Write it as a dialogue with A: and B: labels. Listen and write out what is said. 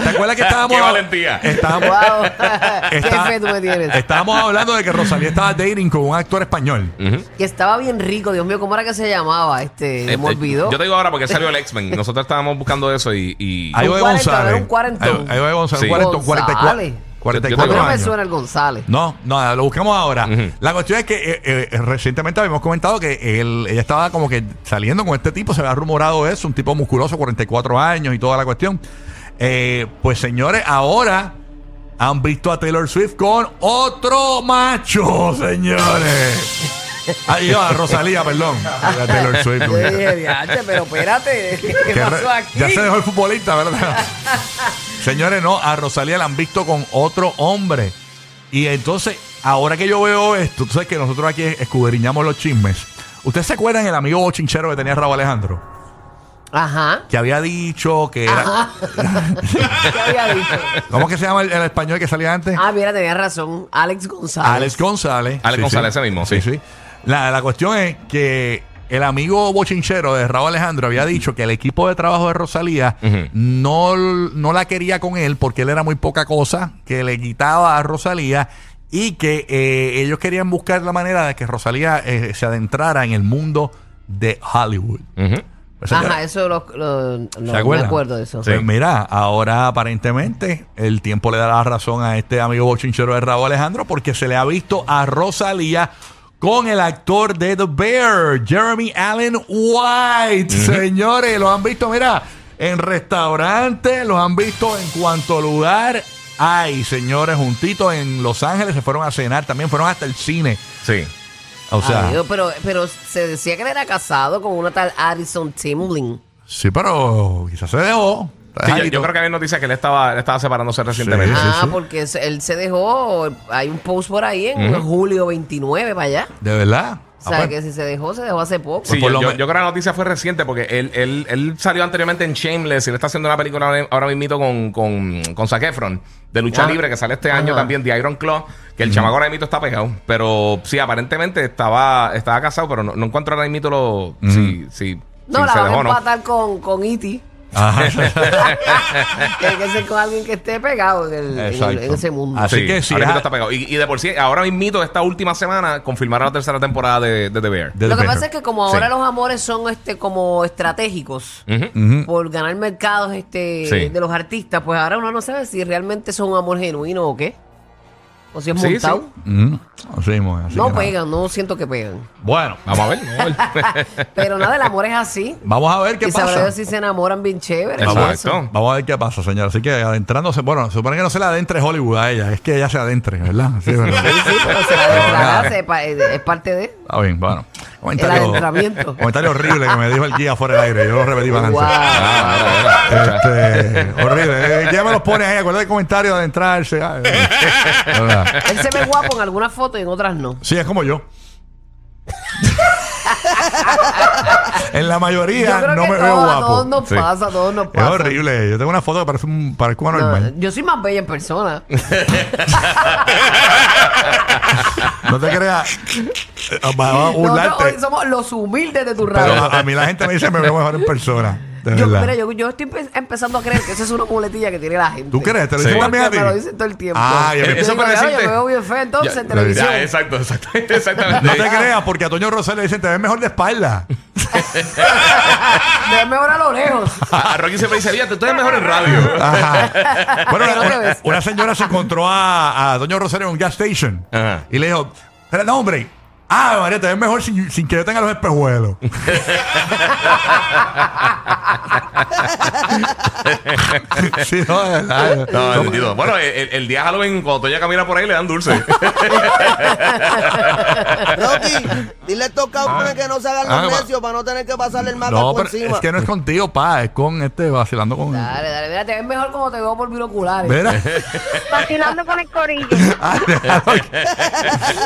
A: ¿Te acuerdas que estábamos.
B: Qué
C: eh,
B: valentía.
A: Estábamos,
C: Wow.
A: está- eh.
C: Qué fe tú me tienes.
A: estábamos hablando de que Rosalía estaba dating con un actor español.
C: Que estaba bien rico, Dios mío, ¿cómo era que se llamaba? Este,
B: Eh,
C: me
B: eh,
C: olvidó.
B: Yo te digo ahora porque salió el X-Men. Nosotros estábamos buscando eso y. y-
A: Ahí
C: Un
A: va de
C: cuarentón,
A: González.
C: era un cuarentón.
A: Ahí- ahí va de González,
B: Sí.
A: cuarentón, cuarenta y cua-
C: González.
A: cuarenta y
B: Yo- yo
C: a mí
A: cuatro
C: no me
A: años.
C: suena el González.
A: No, no, lo buscamos ahora.
B: Ujú.
A: La cuestión es que eh, eh, recientemente habíamos comentado que él, ella estaba como que saliendo con este tipo, se había rumorado eso, un tipo musculoso, 44 años y toda la cuestión. Eh, pues señores, ahora han visto a Taylor Swift con otro macho, señores. Ahí va, Rosalía, perdón. A Taylor Swift.
C: Yo dije, "Diache, pero espérate, ¿qué
A: Que
C: pasó
A: re-
C: aquí?
A: Ya se dejó el futbolista, ¿verdad? Señores, no, a Rosalía la han visto con otro hombre. Y entonces, ahora que yo veo esto, tú sabes que nosotros aquí escudriñamos los chismes. ¿Ustedes se acuerdan el amigo bochinchero que tenía Raúl Alejandro?
C: Ajá.
A: Que había dicho que era.
C: ¿Qué había dicho?
A: ¿Cómo que se llama el, el español que salía antes?
C: Ah, mira, tenías razón. Alex González.
A: Alex González.
B: Alex González, ese mismo, sí.
A: La, la cuestión es que el amigo bochinchero de Raúl Alejandro había dicho que el equipo de trabajo de Rosalía
B: Ujú.
A: no, no la quería con él porque él era muy poca cosa, que le quitaba a Rosalía y que eh, ellos querían buscar la manera de que Rosalía eh, se adentrara en el mundo de Hollywood.
B: Ujú.
A: Pues,
C: Ajá,
A: señora,
C: eso lo, lo- no,
A: ¿se
C: no me
A: acuerdan?
C: acuerdo de eso.
A: Pues mira, ahora aparentemente el tiempo le da la razón a este amigo bochinchero de Raúl Alejandro porque se le ha visto a Rosalía con el actor de The Bear, Jeremy Allen White. Señores, los han visto, mira, en restaurantes, los han visto en cuanto lugar. hay, señores, juntitos en Los Ángeles se fueron a cenar, también fueron hasta el cine.
B: Sí.
A: O sea,
C: Ay, Dios, Ah, pero, pero se decía que él era casado con una tal Addison Timlin.
A: sí, pero quizás se dejó.
B: Sí, yo, yo creo que había noticias que él estaba, él estaba separándose recientemente.
A: Sí,
C: Ah,
A: sí.
C: porque se- él se dejó, hay un post por ahí en julio 29 para allá.
A: De verdad.
C: O
A: Ah,
C: sea,
A: pues,
C: que si se dejó, se dejó hace poco.
B: Sí,
A: Pues por
B: yo,
A: lo
B: yo-
A: men-
B: yo creo que la noticia fue reciente porque él, él, él salió anteriormente en Shameless y él está haciendo una película ahora- ahora mismito con, con, con Zac Efron de lucha
C: Ah.
B: libre que sale este año
C: Ajá.
B: también de Iron Claw que el chamaco ahora mismo está pegado pero sí aparentemente estaba estaba casado pero no, no encuentro ahora mismo lo si, si,
C: No,
B: si
C: la
B: se
C: van
B: dejó
C: a
B: o no.
C: empatar con, con E.T.
A: ajá.
C: que hay que ser con alguien que esté pegado en, el- en el-
A: Exacto.
C: en ese mundo.
A: Así que sí,
B: ahora
A: ajá.
B: mismo está pegado. Y, y de por sí, ahora mismito, esta última semana, confirmaron la tercera temporada de, de The Bear.
A: de
C: Lo
A: The
C: que
A: Bear.
C: pasa es que como
B: Sí.
C: ahora los amores son este como estratégicos
B: Ujú.
A: Ujú.
C: por ganar mercados este
B: Sí.
C: de los artistas, pues ahora uno no sabe si realmente son un amor genuino o qué. O si es
B: Sí,
C: montado.
B: sí.
A: Mm, así mismo es, así que
C: No
A: nada.
C: pegan, no siento que pegan.
A: Bueno,
B: Vamos a ver. Vamos a ver.
C: Pero nada, el amor es así.
A: vamos a ver qué
C: y sabrá
A: pasa.
C: Dios si se enamoran bien chévere.
B: Exacto.
C: por eso.
A: Vamos a ver qué pasa, señora. Así que adentrándose, bueno, se supone que no se la adentre Hollywood a ella, es que ella se adentre, ¿verdad? Sí, bueno.
C: Sí, pero se la desgarra, se pa- es, es parte de...
A: Está bien, bueno.
C: adentramiento.
A: comentario horrible que me dijo el guía fuera del aire. Yo lo repetí para
C: Wow.
A: antes.
B: Ah, ahora, ahora.
A: Este, horrible. Eh, ya me los pone ahí, acuérdate el comentario de adentrarse. Ay, ¿verdad?
C: Él se ve guapo en algunas fotos y en otras no.
A: Sí, es como yo. en la mayoría
C: Yo creo
A: no
C: que
A: me
C: todo-
A: veo
C: a todos
A: guapo.
C: nos
A: Sí.
C: pasa, a todos nos
A: Es
C: pasa.
A: horrible. Yo tengo una foto que parece un parezco
C: No,
A: normal.
C: yo soy más bella en persona.
A: No te creas. eh, Va va a
C: Nosotros hoy
A: burlarte.
C: somos los humildes de tu
A: Pero
C: radio.
A: a, a mí la gente me dice me veo mejor en persona. De
C: Yo,
A: verdad.
C: mira, yo, yo estoy empe- empezando a creer que esa es una muletilla que tiene la gente.
A: ¿Tú crees? ¿Te lo
B: Sí.
A: dicen
C: Porque
A: también a ti?
C: Me lo dicen todo el tiempo.
A: Ah, ya
C: yo,
A: me-
B: Eh, Eso
C: digo,
B: para
C: claro,
B: decirte-
C: yo me veo bien fea entonces
B: Ya-
C: en televisión.
B: Ya, exacto, exacto. Exactamente.
A: No te creas, porque a Toño Rosario le dicen te ves mejor de espalda.
C: Me veo ahora a lo lejos.
B: A a Rocky siempre dice, "Fíjate, tú eres mejor en radio.
A: Ah, Ajá. Bueno,
C: Pero
A: una,
C: no te
A: una-
C: ves.
A: una señora se encontró a, a Doña Rosario en un gas station
B: Ajá.
A: y le dijo, "Espera, no, hombre. Ah, María, te ves mejor sin, sin que yo tenga los espejuelos. sí, no, de verdad.
B: No, entendido. Bueno, el, el- el día de Halloween, cuando Toña camina por ahí, le dan dulce.
D: Rocky, dile a estos cabrones que no se hagan
A: Ah,
D: los
A: va-
D: necios para no tener que pasarle el macaco
A: No, pero
D: encima.
A: es que no es contigo, pa, es con este vacilando con.
C: Dale, dale, mira, te ves mejor como te veo por binoculares.
A: Mira.
E: Vacilando con el corillo.
A: Ah, déjalo que-